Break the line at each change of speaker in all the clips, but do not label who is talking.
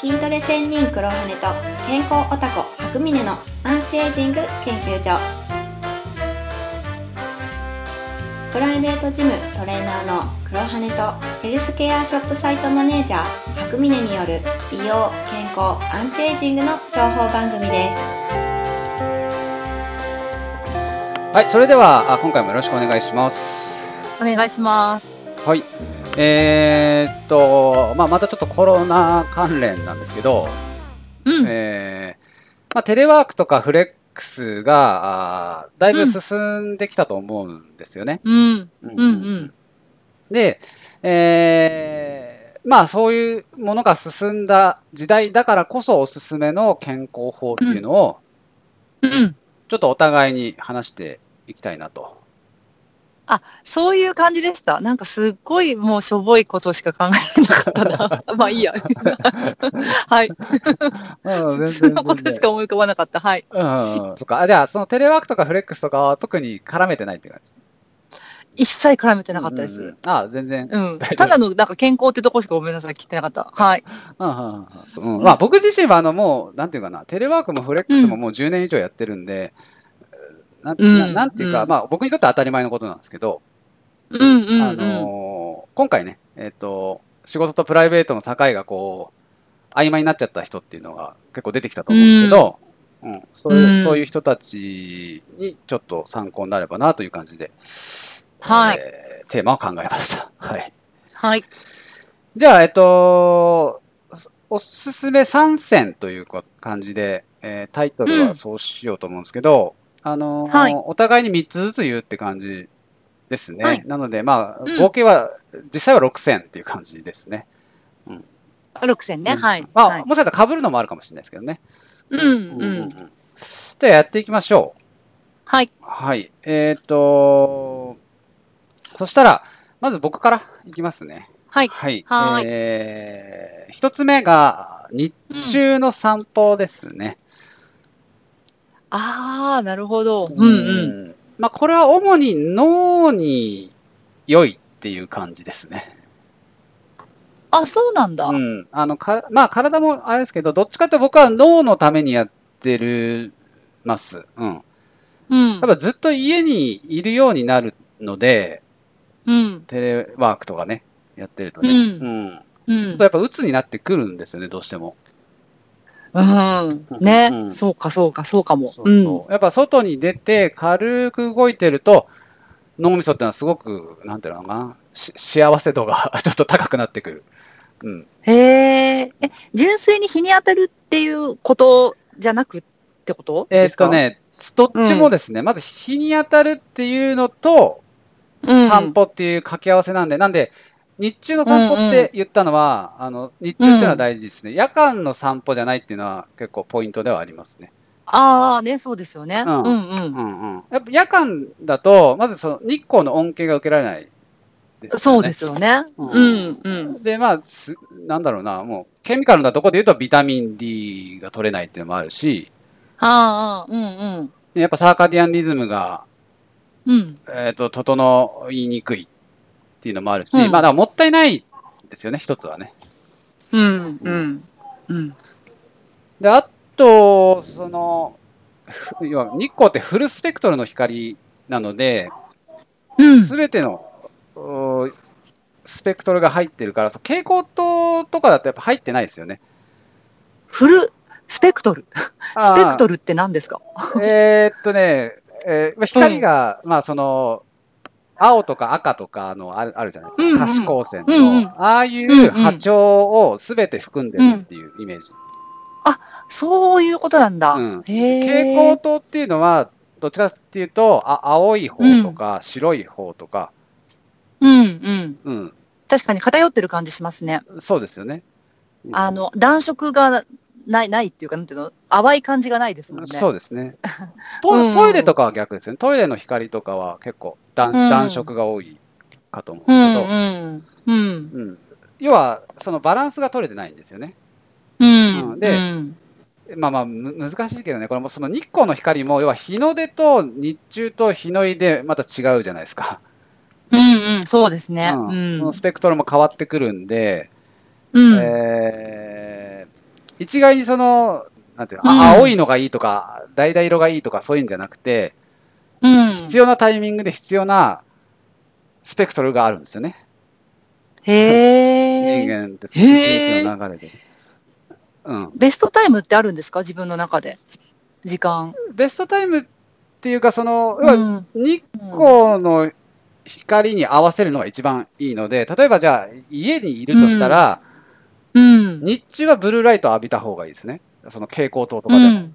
筋トレ専任黒羽と健康オタコ白峰のアンチエイジング研究所プライベートジムトレーナーの黒羽とヘルスケアショップサイトマネージャー白峰による美容健康アンチエイジングの情報番組です
はい、それではあ今回もよろしくお願いします。
お願いします。
はい、えー、っと、まあ、またちょっとコロナ関連なんですけど、
うん、
えーまあ、テレワークとかフレックスがあーだいぶ進んできたと思うんですよね。
うん、
うん
うん、うん、
で、えーまあそういうものが進んだ時代だからこそおすすめの健康法っていうのを、
うん。
ちょっとお互いに話していきたいな と。
そういう感じでした。なんかすっごいもうしょぼいことしか考えな かったな。まあいいや。はい。
うん、
そんなことしか思い浮かばなかった。はい。
うんうん、そっか。あじゃあ、そのテレワークとかフレックスとかは特に絡めてないって感じ
一切絡めてなかったで
うんうんう
す
ん。あ全然。
うん。ただのなんか健康ってとこしかごめんなさい。聞いてなかった。はい。
うんうんうんうんうんまあ、僕自身は、あの、もう、なんていうかな、テレワークもフレックスももう10年以上やってるんで、な
うん
ななんていうか、
うん
まあ、僕にとっては当たり前のことなんですけど、
うん、うん、
あ
うん。
のー今回ね、えっ、と、仕事とプライベートの境がこう、曖昧になっちゃった人っていうのが結構出てきたと思うんですけど、うんそういう
うん
そういう人たちにちょっと参考になればなという感じで、
はい。
えーテーマを考えました。はい。
はい。
じゃあ、えっと、おすすめ3選というか感じで、えータイトル
う
は
ん
そうしようと思うんですけど、あのー
はい
お互いに3つずつ言うって感じですね。
はい
なので、まあ
う、ん
合計は、実際は6選っていう感じですね。
六千ね。
うん
はい。
まあ、
はい
もしかしたら被るのもあるかもしれないですけどね。
うん、う
うんうん
ん。
じゃあ、やっていきましょう。
はい。
はい。えーっと、そしたら、まず僕からいきますね。
はい。
はい。
はーい
えー一つ目が、日
うん
中の散歩ですね。
ああ、なるほど。うん、うん。
ん。まあ、これは主に脳に良いっていう感じですね。
あ、そうなんだ。
う
うん、
ん。あの、か、まあ、体もあれですけど、どっちかって僕は脳のためにやってる、ます。うん。やっ
うん
ぱずっと家にいるようになるので、
うん、
テレワークとかね、やってると
う
ね。
ん。
うん。
う
ちょっ
ん
とやっぱ鬱になってくるんですよね、どうしても。
うん
う、ん
ね、
うん
そうかそうかそうかも。
そうそう。やっぱ外に出て軽く動いてると、脳みそってのはすごく、なんていうのかな、し幸せ度が ちょっと高くなってくる。うん。
ん、へーえ、純粋に日に当たるっていうことじゃなくってこと
え
で
ーっ
すか
と、ね、どっちもですね、まず日に当たるっていうのと、散歩っていう掛け合わせなんで、なんで、日中の散歩って言ったのは、あの、日中っていうのは大事ですね。夜間の散歩じゃないっていうのは結構ポイントではありますね。
ああ、ね、そうですよね。
う
うんんうん。
うんうん。やっぱ夜間だと、まずその日光の恩恵が受けられないですよね。
そうですよね。
うん
うんうん。
で、まあ、すなんだろうな、もう、ケミカルなとこで言うとビタミン D が取れないっていうのもあるし、
ああ、うんうん。
でやっぱサーカディアンリズムが、
うん。
えっ、と、整いにくいっていうのもあるし、
うん
まあ、だからもったいないですよね、一つはね。
うんうん。うん。
で、あと、その、ふ要は日光ってフルスペクトルの光なので、
うん。
すべての、おスペクトルが入ってるから、そう蛍光灯とかだとやっぱ入ってないですよね。
フルスペクトル。スペクトルって何ですか
えーっとね、えーまあ光が、まあその、青とか赤とかのあるあるじゃないですか。
うんうん
可視光線の、
うんうん
ああい
んう
うん波長を全て含んでるっていうイメージ。
そういうことなんだ。
うん
へえ。
蛍光灯っていうのは、どっちかっていうと、あ青い方とか、白い方とか、
うんうん。
うん、
確かに偏ってる感じしますね。
そうですよね。うん
あ、の、暖色がない、ないっていうか、なんていうの淡い感じがないですもんね。
そうです ね。ト
うん
トイレとかは逆ですよね。トイレの光とかは結構暖,、
うん
暖色が多いかと思うん
う
ですけ
ん
ど、
うん。うん。
うん、要はそのバランスが取れてないんですよね。
うん。
うんで
うん
まあまあむ難しいけどね、これもその日光の光も要は日の出と日中と日の入でまた違うじゃないですか。
うんうん。そうですね。
う
うんん
その。スペクトルも変わってくるんで、
うん。
えー一概にその、なんていうの、
うん
青いのがいいとか、橙色がいいとかそういうんじゃなくて、
うん。
必要なタイミングで必要なスペクトルがあるんですよね。
へ
人
え。
間って、一
へー
日の流れで。うん。
ベストタイムってあるんですか自分の中で。時間。
ベストタイムっていうか、その、要
う
は
ん。
日光の光に合わせるのが一番いいので、例えばじゃあ、家にいるとしたら、
うん。
日中はブルーライトを浴びた方がいいですね。その蛍光灯とか
う
でも。
ん。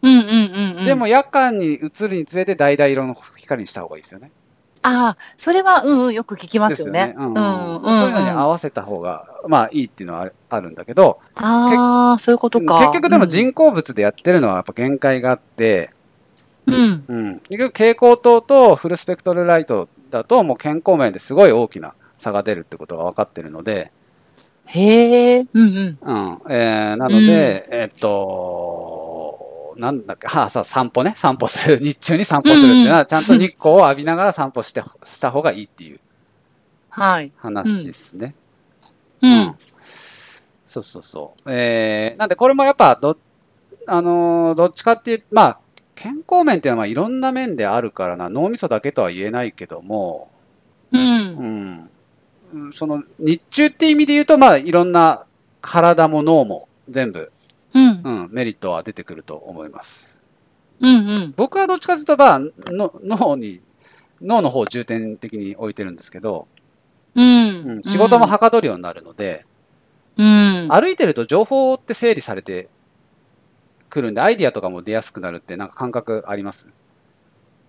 うんうんうんうん。
でも夜間に移るにつれて橙色の光にした方がいいですよね。
ああ、それは、うんうん、よく聞きますよね。
ですよねう
う
ん
ん
うん
うんうん
そういうのに合わせた方が、まあいいっていうのはあるあるんだけど、
ああ、そういうことか。
結局でも人工物でやってるのはやっぱ限界があって、
うん、うん。
うん、結局蛍光灯とフルスペクトルライトだともう健康面ですごい大きな差が出るってことが分かってるので、
へえ、うんうん。
うんえーなので、えっと、なんだっけ、はあ、さ、散歩ね、散歩する、日中に散歩するっていうの
うんう
は、ちゃんと日光を浴びながら散歩して、した方がいいっていう
はい。
話ですね。
う
うん
ん。
そうそうそう。えーなんでこれもやっぱ、ど、あのーどっちかっていう、まあ、健康面っていうのはいろんな面であるからな、脳みそだけとは言えないけども、
うん。
うん。うんその、日中って意味で言うと、まあ、いろんな体も脳も全部、
うん。
うん、メリットは出てくると思います。
うんうん。
僕はどっちかというと、まあ、の脳に、脳の方を重点的に置いてるんですけど、う
う
ん
ん。
仕事もはかどるようになるので、
うん。
歩いてると情報って整理されてくるんで、アイディアとかも出やすくなるって、なんか感覚あります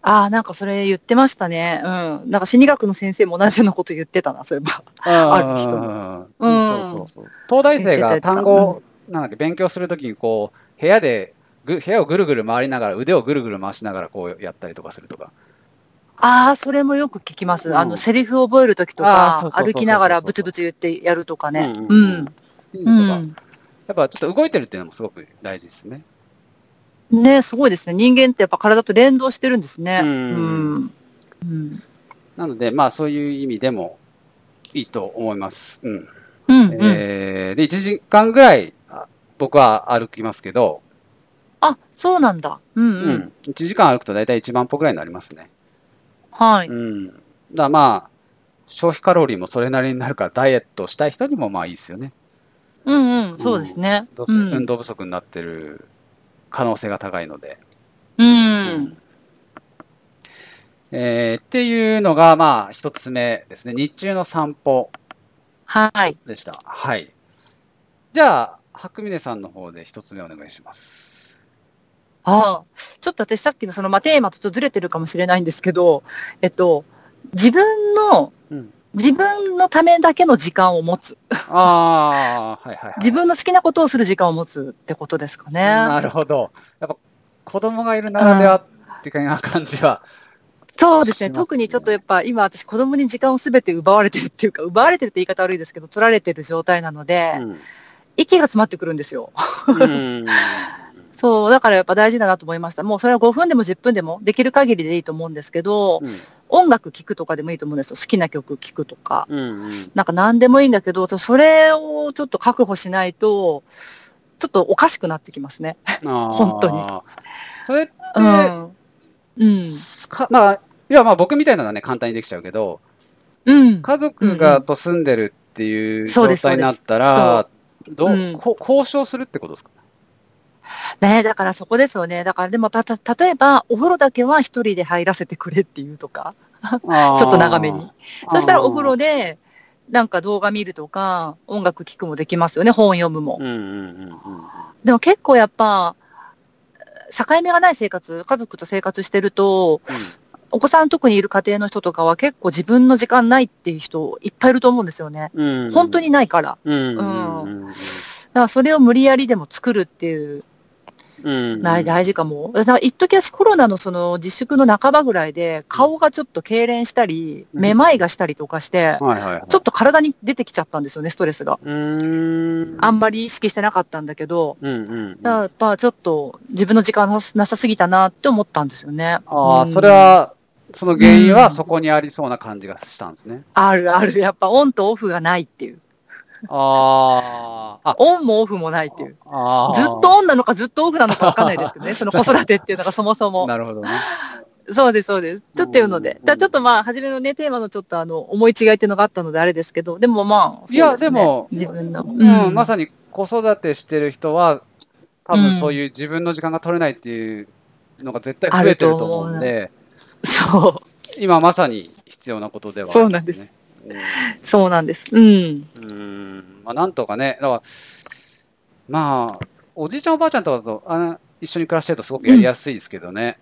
ああ、なんかそれ言ってましたね。うん。なんか心理学の先生も同じようなこと言ってたな、そういえば。ある人
ある
う
そ
ん
うそうそう。東大生
言っ
が
てた言ってた
単語、なんだっけ、勉強するときに、こう、部屋で、ぐ部屋をぐるぐる回りながら、腕をぐるぐる回しながら、こうやったりとかするとか。
ああ、それもよく聞きます。
うん
あの、セリフを覚えるときと
あーそう、
か
そうそうそう
歩
そう
きながらブツブツ言ってやるとかね。
う
うんん。
っていう
う
のとか、や
ん。
っぱちょっと動いてるっていうのもすごく大事ですね。
ねすごいですね。人間ってやっぱ体と連動してるんですね。
う
うんん。うん。
なので、まあそういう意味でもいいと思います。うん。
うんうん。
えーで、1時間ぐらいあ僕は歩きますけど、
あ、そうなんだ。うん
う
うん。
1時間歩くと大体1万歩ぐらいになりますね。。
はいう
ん。だからまあ、消費カロリーもそれなりになるから、ダイエットしたい人にもまあいいですよね。
うんうん。そうですね。
どうせ
うん
運動不足になってる可能性が高いので。
うん。
えーっていうのが、まあ、一つ目ですね。日中の散歩
はい。
でした。はい。じゃあ、白峰さんの方で一つ目お願いします。
ああ、ちょっと私さっきのその、まあ、テーマとちょっとずれてるかもしれないんですけど、えっと、自分の、
うん
自分のためだけの時間を持つ。
ああ、はいはい、はい。
自分の好きなことをする時間を持つってことですかね。
なるほど。やっぱ、子供がいるならではっていう感じは。
そうですね。
しますね
特にちょっとやっぱ今私子供に時間を全て奪われてるっていうか、奪われてるって言い方悪いですけど、取られてる状態なので、
うん。
息が詰まってくるんですよ。
うん
そう、だからやっぱ大事だなと思いました。もうそれは5分でも10分でもできる限りでいいと思うんですけど、音楽聴くとかでもいいと思うんですよ。好きな曲聴くとか。
うんうん
なんか何でもいいんだけど、それをちょっと確保しないと、ちょっとおかしくなってきますね。
あー
本当に
それって、
うん。うん。
かまあ、いやまあ僕みたいなのはね、簡単にできちゃうけど、
うん。
家族がと住んでるっていう
そ
状
うです
態になったら、どう
うん
こ交渉するってことですか
ねだからそこですよね。だからでも、た、た例えば、お風呂だけは一人で入らせてくれっていうとか、
ちょ
ちょっと長めに。。そしたらお風呂
で。
で、なんか動画見るとか、音楽聴くもできますよね。本読むも。
うんうんうんうん
でも結構やっぱ、境目がない生活、家族と生活してると、お子さん特にいる家庭の人とかは結構自分の時間ないっていう人いっぱいいると思うんですよね。
うんうん
本当にないから。
うんうんうんうん
だからそれを無理やりでも作るっていう、
うん
大大事かも。だから一時私コロナのその自粛の半ばぐらいで顔がちょっと痙攣したり、
うん
めまいがしたりとかして、
はいはいはい。
ちょっと体に出てきちゃったんですよね、ストレスが。
うーん
あんまり意識してなかったんだけど、
うんうんうん
だからやっぱちょっと自分の時間なさなさすぎたなって思ったんですよね。
あ
う
あ、
ん
それは、その原因
う
は
ん
そこにありそうな感じがしたんですね。
あるある。やっぱオンとオフがないっていう。
あーあ。
オンもオフもないっていう。
あー
ずっとオンなのかずっとオフなのかわかんないで すけどね、その子育てっていうのがそもそも。
なるほどね。
そうです、そうです。とっていうので。だちょっとまあ、初めのね、テーマのちょっとあの、思い違いっていうのがあったのであれですけど、でもまあ、
いや
そうすね
でも
自分の。
うん、ま
さ
さに子育てしてる人は、多分そういう自分の時間が取れないっていうのが絶対増えてると思うん
あ
で、
そ
今まさに必要なことではあ
そう
り
な
ま
ん
す
で
ね。
すう、そうなんです。うん。
うん。うんまあ、なんとかね、だから、まあ、おじいちゃんおばあちゃんとかとあの一緒に暮らしてるとすごくやりやすいですけどね。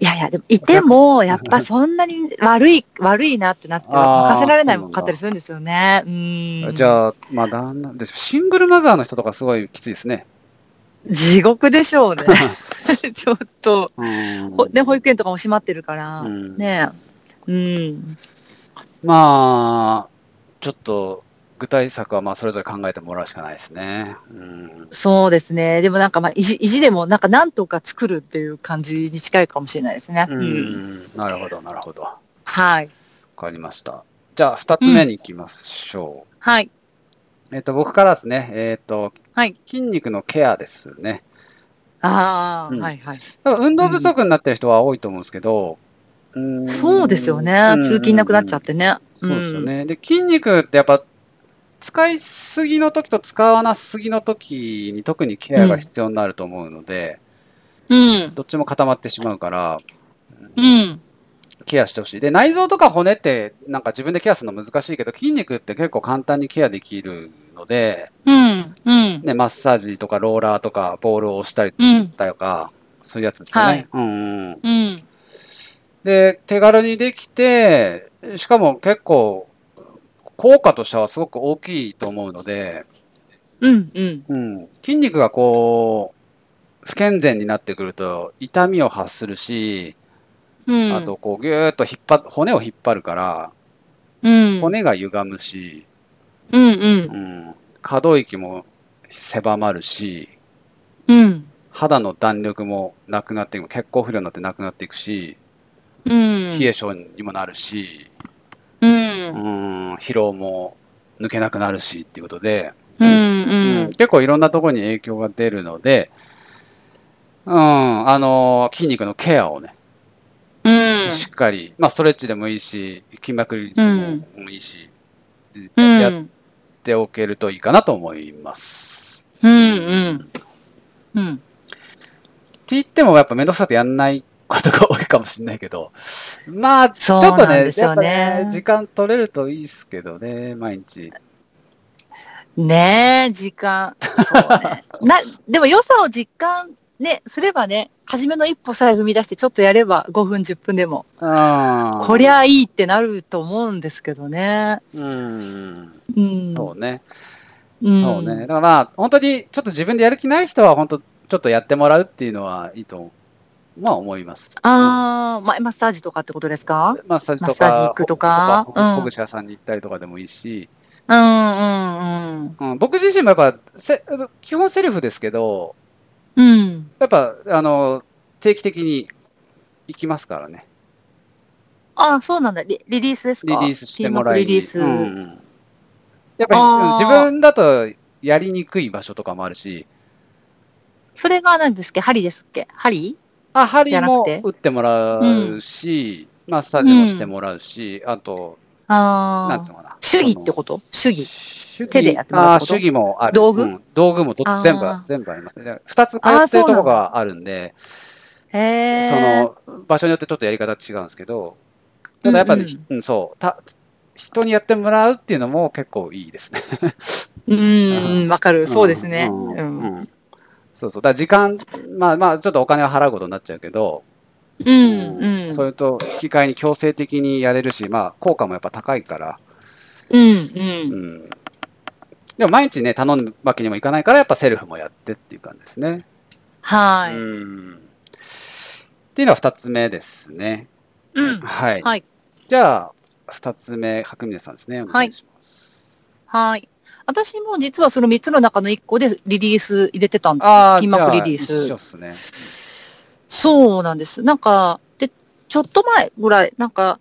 いやいや、でも、いても、やっぱそんなに悪い、悪いなってなって、
あー
任せられないも
そうな
ん
んだ
かったりするんですよね。うん。
じゃ
あ。
あ、まあ、旦那で、シングルマザーの人とかすごいきついですね。
地獄でしょ うね。ちょっと。
うん
ほで、保育園とかも閉まってるから、
うん
ねえ。うん。
まあ、ちょっと、具体策はまあそれぞれ考えてもらうしかないですね。うん
そうですね。でもなんかまあ、意地、意地でもなんかなんとか作るっていう感じに近いかもしれないですね。
うん。なるほど、なるほど。わ
はい。
かりました。じゃあ、二つ目に行きましょ
はい。
う。えっ、と、僕からですね、えっ、と、
はい
筋肉のケアですね。
ああ、
うん
はいはい。
多分運動不足になってる人は多いと思うんですけど、うん
そうですよね。通勤なくなっちゃっ。てね。
うんそうですよね。で、筋肉ってやっぱ、使いすぎの時と使わなすぎの時に特にケアが必要になると思うので、
うん。
どっちも固まってしまうから、
うん。
ケアしてほしい。で、内臓とか骨って、なんか自分でケアするの難しいけど、筋肉って結構簡単にケアできるので、
うん。うん。
ね、マッサージとかローラーとか、ボールを押したり
うん。
だとか、そういうやつですよね。うんうん。
うん。
で、手軽にできて、しかも結構、効果としてはすごく大きいと思うので、
うん。うん。
うん、筋肉がこう、不健全になってくると、痛みを発するし、
うん。
あと、こう、ぎゅーっと引っ張っ、骨を引っ張るから、
うん。
骨が歪むし、
うん。
う
うん。
ん、可動域も狭まるし、
うん。
肌の弾力もなくなっていく、血行不良になってなくなっていくし、
うん。
冷え性にもなるし、
う。
うんん、疲労も抜けなくなるしっていうことで、
うん。う
うん
ん。
結構いろんなところに影響が出るので、うん、あの筋肉のケアをね、
うん。
しっかり、まあ、ストレッチでもいいし、筋膜リリースもいいし、やっ
ん。
ておけるといいかなと思います。
うん。うん。
って言ってもやっぱ面倒くさくてやんないことが多いかもしれないけど、まあ、ちょっ
そ
と
うなん
ね、
です
や
よ
っ
ね
ぱね、時間取れるといいですけどね、毎日。
ねえ、時間。そうねな、でも良さを実感ね、すればね、初めの一歩さえ踏み出してちょっとやれば5分、10分でも、こ
こ
りゃいいってなると思うんですけどね。
うん。
うん。
そうね。
うん
そうね。だからまあ、本当にちょっと自分でやる気ない人は、本当ちょっとやってもらうっていうのはいいと、まあ思います。
ああ、ま、マッサージとかってことですか
マッサージと
マッサージ
か
行、くとか
ほほ
うん
ほぐし屋さんに行ったりとかでもいいし、
うんうんうん。
うん、僕自身もやっぱ、せ基本セルフですけど、
うん。
やっぱ、あの、定期的に行きますからね。
ああ、そうなんだ。リリリースですか
リリースしてもらいに。
リリース。
うんうんやっぱり
あー
自分だとやりにくい場所とかもあるし、
それが何ですっけ針ですっけ針
あ、針も
じゃなくて
打ってもらうし、マッサージもしてもらうし、あと、
あ
なん
あ
つう。のかな。
主義ってこと主義。
主義
手でやってもらうこと
あー手技もある。
道具
うん道具もど
あー
全部、全部ありますね。だから二つ通ってるとこがあるんで、
へえ。
その場所によってちょっとやり方違うんですけど、ただやっぱり、
うんう
う
ん
んそうた、人にやってもらうっていうのも結構いいですね。
うんうん、わかる。 そうですね。
ん
うん。うん。
うんそうそう。だから時間、まあまあ、ちょっとお金は払うことになっちゃうけど、
うん。
それと引き換えに強制的にやれるし、まあ、効果もやっぱ高いから、
うん。
う
うん。
ん。でも毎日ね、頼むわけにもいかないから、やっぱセルフもやってっていう感じですね。
はい。
うん。っていうのは二つ目ですね。
うん。
はい。
はい。
じゃあ、二つ目、白峰さんですね。お願いします。
はい。私も実はその3つの中の1個でリリース入れてたんです
ああ、
よ。筋
じゃ
膜
あ
リリー
一緒っ。す
ス
ね。
そうなんです。なんか、で、ちょっと前ぐらい、なんか、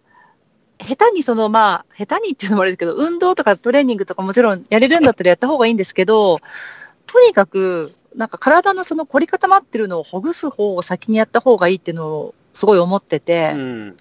下手にその、まあ、下手にっていうのもあれですけど、運動とかトレーニングとかもちろんやれるんだったらやった方がいいんですけど、とにかく、なんか体のその凝り固まってるのをほぐす方を先にやった方がいいっていうのをすごい思ってて、
うん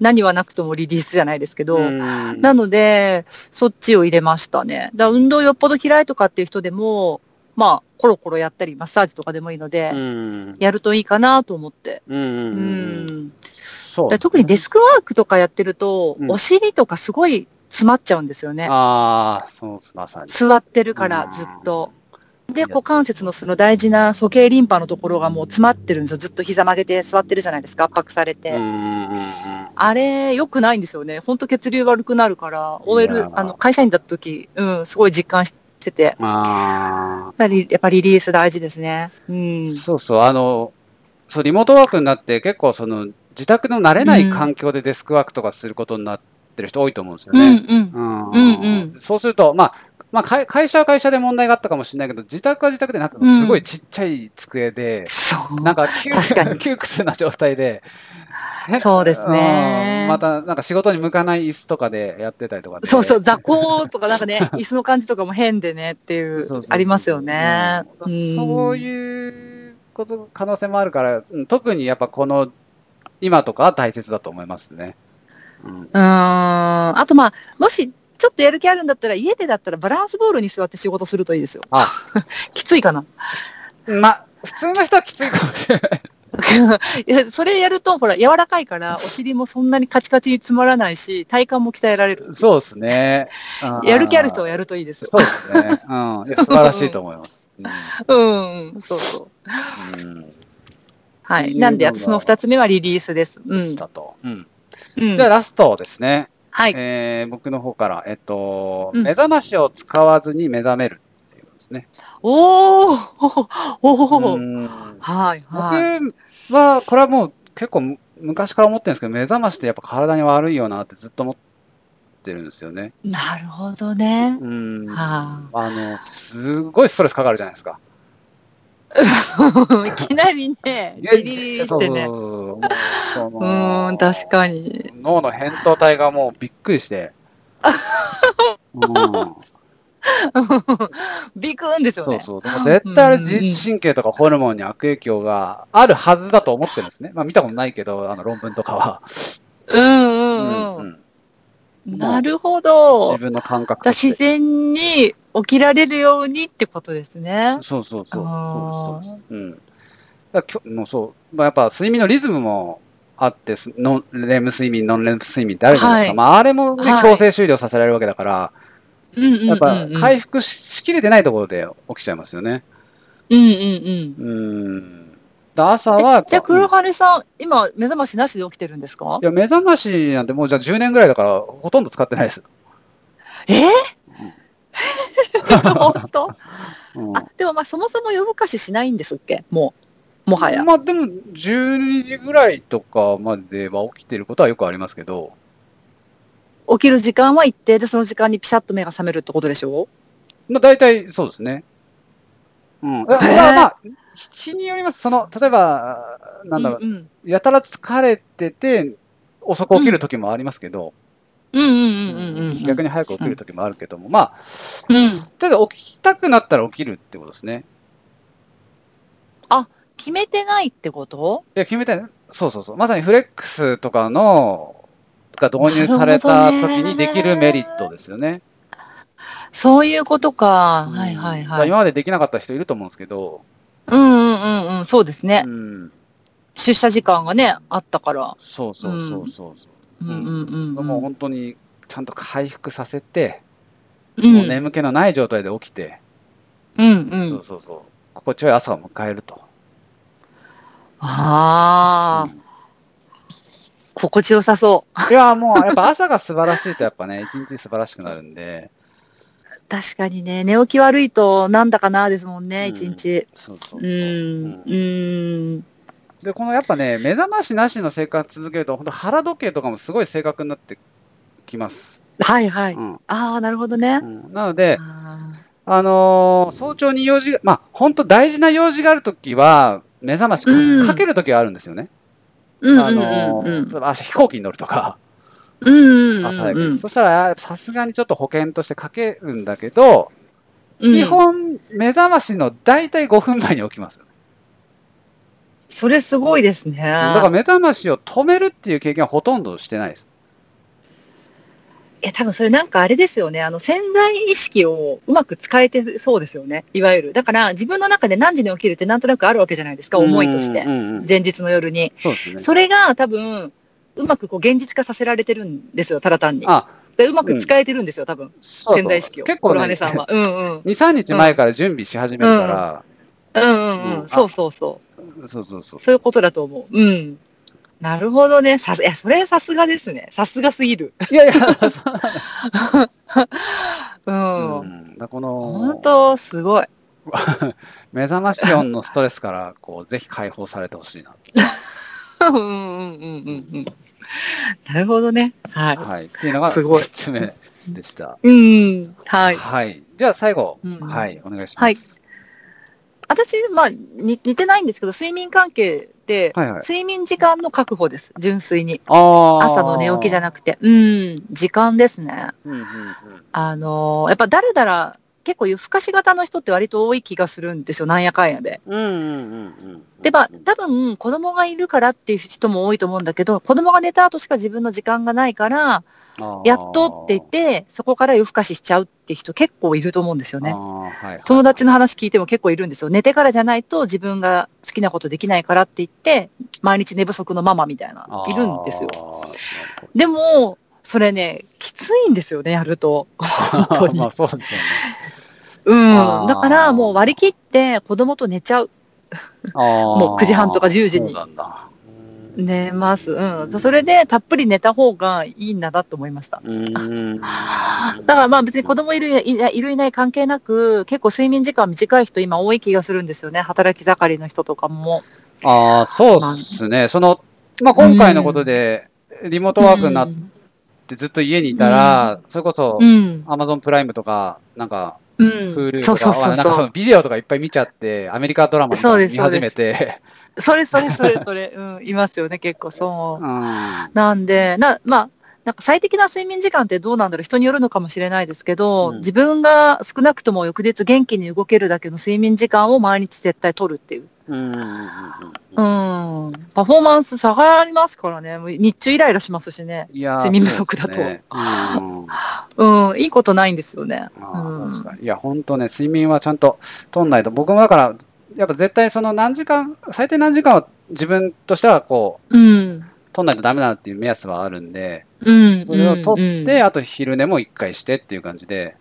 何はなくともリリースじゃないですけど、
うん
なので、そっちを入れましたね。だから運動よっぽど嫌いとかっていう人でも、まあ、コロコロやったり、マッサージとかでもいいので、
うん
やるといいかなと思って。
うん
う
うん
ん。
そう
だから特にデスクワークとかやってると、
うん
お尻とかすごい詰まっちゃうんですよね。
ああ、そうです、まさに。
座ってるから
うん、
ずっと。
い
で、
や
股関節のその大事な鼠径リンパのところがもう詰まってるんですよ。ずっと膝曲げて座ってるじゃないですか、圧迫されて。
うんうんうんうん
あれ、良くないんですよね。ほんと血流悪くなるから、
いやー
OL、あの、会社員だった時、うん、すごい実感してて。
あ
やっぱりやっぱリリース大事ですね。うん
あ、。そうそう、あの、そう、リモートワークになって結構その、自宅の慣れない環境でデスクワークとかすることになってる人多いと思うんですよ
う
ね。
んうん。
うん
うんうん
そうすると、まあ、まあ、会会社は会社で問題があったかもしれないけど、自宅は自宅で、なんつうの、
うん
すごいちっちゃい机で、
そう。
なんか窮
確か に
窮屈な状態で、へ
そうですね
うんまた、なんか仕事に向かない椅子とかでやってたりとかで
そうそう、雑魚とかなん かね、椅子の感じとかも変でねっていう、
そうそう
ありますよね。
うんそう
うん。
いうこと、可能性もあるから、うん特にやっぱこの、今とかは大切だと思いますね。うん
うーん。あとまあ、もし、ちょっとやる気あるんだったら、家でだったらバランスボールに座って仕事するといいですよ。
あ
きついかな。
まあ、普通の人はきついかもしれない。
いやそれやると、ほら、柔らかいから、お尻もそんなにカチカチに詰まらないし、体幹も鍛えられる。
そうですね。うん
やる気ある人はやるといいですよ。
そうですね。うん。いや素晴らしいと思います。うん
うん、うんそうそう。
うん。
は
って
い。
いう
なんで、
のが
私の二つ目はリリースです。う
で
ん
し。たと。うん。
うん
じゃあラストですね。
はい。
えー僕の方から、えっと、
うん
目覚ましを使わずに目覚めるっていうことですね。
おー お
う
ー
ん
はい、はい。
僕は、これはもう結構む昔から思ってるんですけど、目覚ましってやっぱ体に悪いよなってずっと思ってるんですよね。
なるほどね。
うん。
は
あの、すごいストレスかかるじゃないですか。
あ。いきなりね、ギリー
そう
って
そうそう
ね。
そう。もうそうの
ーん、確かに。
脳の扁桃体がもうびっくり して。うん、
ビクーンですよ
そ
ね。
うそう。でも絶対あれ
うん
自律神経とかホルモンに悪影響があるはずだと思ってるんですね。まあ見たことないけど、あの論文とかは。
うん
う
うんうん。
ん
なるほ
自
ど。
分の感覚とし
自
て。
然に起きられるようにってことですね。
そうそうそう。そう
あー
ですそうですうん。だからきょもうそう。まあ、やっぱ睡眠のリズムもあって、すノンレム睡眠、ノンレム睡眠ってあるじゃないですか。
はい
まああれもね、
はい
強制終了させられるわけだから、
うんうんうんうん。
やっぱ回復ししきれてないところで起きちゃいますよね。
うんうん
うーん。だ朝
う
は
ん。、じゃあ、
うん
黒羽さん、今、目覚ましなしで起きてるんですか
いや、目覚ましなんてもうじゃあ10年ぐらいだから、ほとんど使ってないです。
えー 本当
うん
あ、でもまあそもそも夜更かししないんですっけもう。もはや。
まあでも、12時ぐらいとかまでは起きてることはよくありますけど、
起きる時間は一定で、その時間にピシャッと目が覚めるってことでしょ
まあ大体そうですね。うん。だからまあ、日によります。その、例えば、なんだろう、
うんうん
やたら疲れてて、遅く起きる時もありますけど、
うんうんうんうんうん。
逆
に。
に早く起きる時もあるけども、まあ、
うん。
ただ起きたくなったら起きるってことですね。
決めてないってこと
いや、決めたい。そうそうそう。まさにフレックスとかの、が導入された時にできるメリットですよね。
そういうことか。
うん
はいはい
まあ
はい。
今までできなかった人いると思うんですけど、
うんうんうんうん。そうですね。
うん、
出社時間がね、あったから。
そうそうそうそうそう
うんうんうんうん。
もう本当にちゃんと回復させて、
うん
もう眠気のない状態で起きて、
うんう。
そうんそうそう、心地よい朝を迎えると。
あ
う
あ、
ん
心地よさそう。
いや、もうやっぱ朝が素晴らしいとやっぱね、 一日素晴らしくなるんで、
確かにね、寝起き悪いとなんだかなですもんね、
うん
一日。
そうそうそうう。
ん。うん。
で、このやっぱね、目覚ましなしの生活続けると、本当腹時計とかもすごい正確になってきます。
はいはい。
うん。
ああ、なるほどね
う。んなので、
あー
あのー早朝に用事が、まあ、本当大事な用事があるときは、目覚ましか,、
うん
けるときはあるんですよね。
うん
あ
うん
の
うんうん
ー、例えば朝飛行機に乗るとか、
うん。
朝早く、
うん
そしたらさすがにちょっと保険としてかけるんだけど、
うん
基本目覚ましの大体5分前に起きますよね、
それすごいですね。
だから目覚ましを止めるっていう経験はほとんどしてないです
いや、多分それなんかあれですよね。あの、潜在意識をうまく使えてそうですよね。いわゆる。だから自分の中で何時に起きるってなんとなくあるわけじゃないですか。思いとして
うん。うんうん
前日の夜に。
そうですね
それが多分、うまくこう現実化させられてるんですよ、ただ単に。
あ
でうまく使えてるんですよ、多分。
そうだと
潜
思いま
在意
す
識を。
結構
黒羽
ね
さんは。う んうん。
23日前から準備し始めるから、
うんうん
う
うんん。そうそうそう。
そうそうそう
そういうことだと思う。うん。なるほどね。さす、いや、それさすがですね。さすがすぎる。
い やいやそう
うん。
うん、だからこ
本
の
当すごい。
目覚まし音のストレスからこうぜひ解放されてほしいな、
うんうんうんうんうん。なるほどね。はい。
はい、っていうのが
すごい
3つ目でした。
うん。はい。
じゃあ最後、
うん
はい、お願いします。
私、まあ、に似てないんですけど、睡眠関係で、
はい、はい、
睡眠時間の確保です。純粋に。
あ
朝の寝起きじゃ
な
なくて。うん。時間ですね。
く、うんうんうん
あのーやっぱだらだら、結構夜更かし型の人って割と多い気がするんですよ。なんやかんやで。
うんうんうん
で、まあ、多分、子供がいるからっていう人も多いと思うんだけど、子供が寝た後しか自分の時間がないから、
あー
やっとって言って、そこから夜更かししちゃうって人結構いると思うんですよ
あ
ね。
ーはいはい
友達の話聞いても結構いるんですよ。寝てからじゃないと自分が好きなことできないからって言って、毎日寝不足のママみたいな、いるんですよ。
あーなるほど
でも、それね、きついんですよね、やる と。本当に
まあそうでしょうね。あ
う
ー
ん。だからもう割り切って子供と寝ちゃう。
も
もう9時半とか10時
そう
に
なんだ。
寝ます。うん。それでたっぷり寝た方がいいんだなと思いました。
うーん。だ
だからまあ別に子供いるいないいるいない関係なく、結構睡眠時間短い人今多い気がするんですよね。働き盛りの人とかも。
ああ、そうっすね。その、まあ、今回のことで、リモートワークになっ
う
てずっと家にいたら、それこそ、
ん。
アマゾンプライムとか、なんか、
うん。
Hulu
そ
と
うそう
か、
そ
あ
う
なんかそ
そ
のビデオとかいっぱい見ちゃって、アメリカドラマとか
そうで
見
す
始めて、
う。それそれそれそれ。うん。いますよね、結構。そうう。
ん。あ
なんで、な、まあ、なんか最適な睡眠時間ってどうなんだろう人によるのかもしれないですけど、
うん
自分が少なくとも翌日元気に動けるだけの睡眠時間を毎日絶対取るっていう。うん。パフォーマンス下がりますからね。もう日中イライラしますしね。
いやー
睡眠不足だと
そうっすねうん
うん。いいことないんですよね。
あ
う
ー
ん
確かに。いや、本当ね、睡眠はちゃんととんないと。僕もだから、やっぱ絶対その何時間、最低何時間は自分としてはこう、
うん。
とんないとダメだなっていう目安はあるんで、
うん。
それを取
うんう
っ
ん
て、あと昼寝も一回してっていう感じで。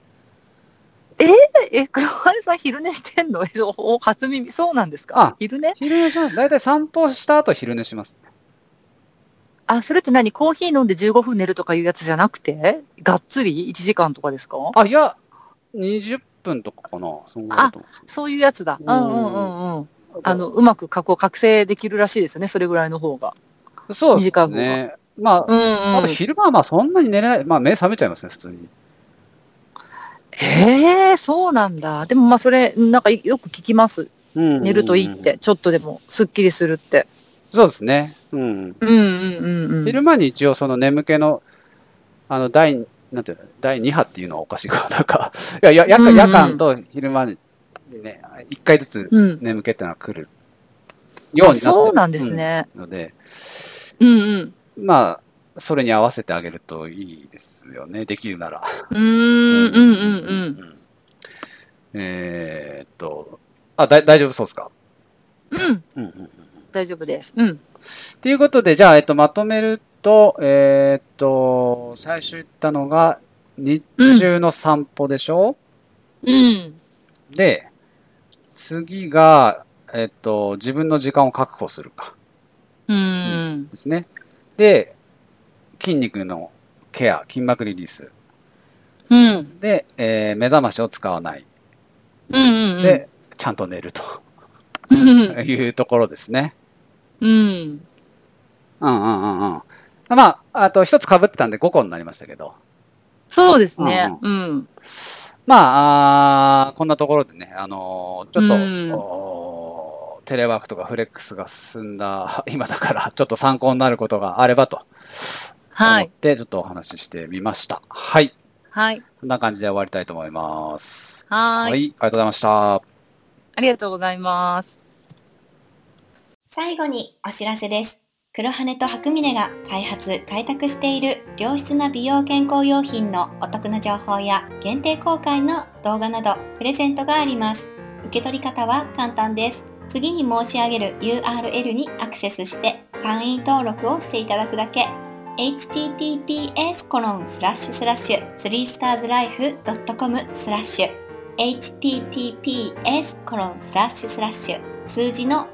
え、黒羽さん昼寝してんの えお、お初耳、そうなんですか
あ
昼寝
昼寝します。大体散歩した後昼寝します。
あ、それって何コーヒー飲んで15分寝るとかいうやつじゃなくてがっつり ?1 時間とかですか
あ、いや、20分とかかな。そんぐらいだと思うんですけ
そういうやつだ。
うん
うんうんうんうん。
ど
あの、うまく過去覚醒できるらしいですよね。それぐらいの方が。
そうで
短
す
い方
ね。まあ、
うん、うん。
あと昼間はまあそんなに寝れない。まあ目覚めちゃいますね、普通に。
へえそうなんだ。でもまあそれ、なんかよく聞きます。
うん
寝るといいっ。て。ちょっとでも、すっきりするって。
そうですね。うん。
うんうんうんうん。
昼間に一応その眠気の、あの、第、なんていうの、第2波っていうのはおかし いか。なんか、いや、や夜間
うんうん
夜間と昼間にね、一回ずつ
うん。
眠気ってのは来るようになってる
そうなんですね。
ので、
うんうん。
まあ、それに合わせてあげるといいですよね。できるなら。
うーんうんうんうん。
えーっと、あ、だい大丈夫そうですか、
うん。
うんうんうん
大丈夫です。うん。
っていうことで、じゃあ、えっと、まとめると、えーっと、最初言ったのが、日中の散歩でしょ、
うん。
で、次が、えっと、自分の時間を確保するか、
うん。
ですね。で、筋肉のケア、筋膜リリース。
うん。
で、えー目覚ましを使わない。
うん。
で、ちゃんと寝ると
うん、
いうところですね。
うん。
うんうんうんうん。まあ、あと一つ被ってたんで5個になりましたけど。
そうですね。うん。
まあ、あーこんなところでね、あのーちょっと、
うん
おーテレワー クとかフレックスが進んだ今だから、ちょっと参考になることがあればと思
は
っ
い。
て、ちょっとお話ししてみました。はい。
はい。
こんな感じで終わりたいと思います。
は
はい、
ー
あ
い。
りがとうございました。
ありがとうございます。
最後にお知らせです。黒羽と白峰が開発・開拓している良質な美容健康用品のお得な情報や限定公開の動画などプレゼントがあります。受け取り方は簡単です。次に申し上げる URL にアクセスして会員登録をしていただくだけ。https コロンスラッシュスラッシュ 3starslife.com スラッシュ https コロンスラッシュスラッシュ数字の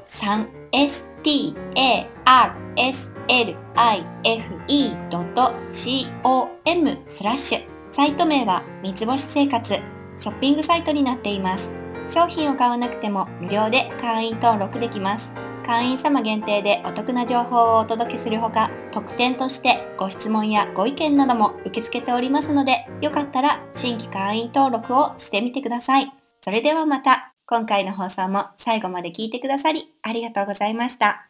3starslife.com スラッシュサイト名は三つ星生活ショッピングサイトになっています商品を買わなくても無料で会員登録できます会員様限定でお得な情報をお届けするほか特典としてご質問やご意見なども受け付けておりますのでよかったら新規会員登録をしてみてくださいそれではまた今回の放送も最後まで聞いてくださりありがとうございました。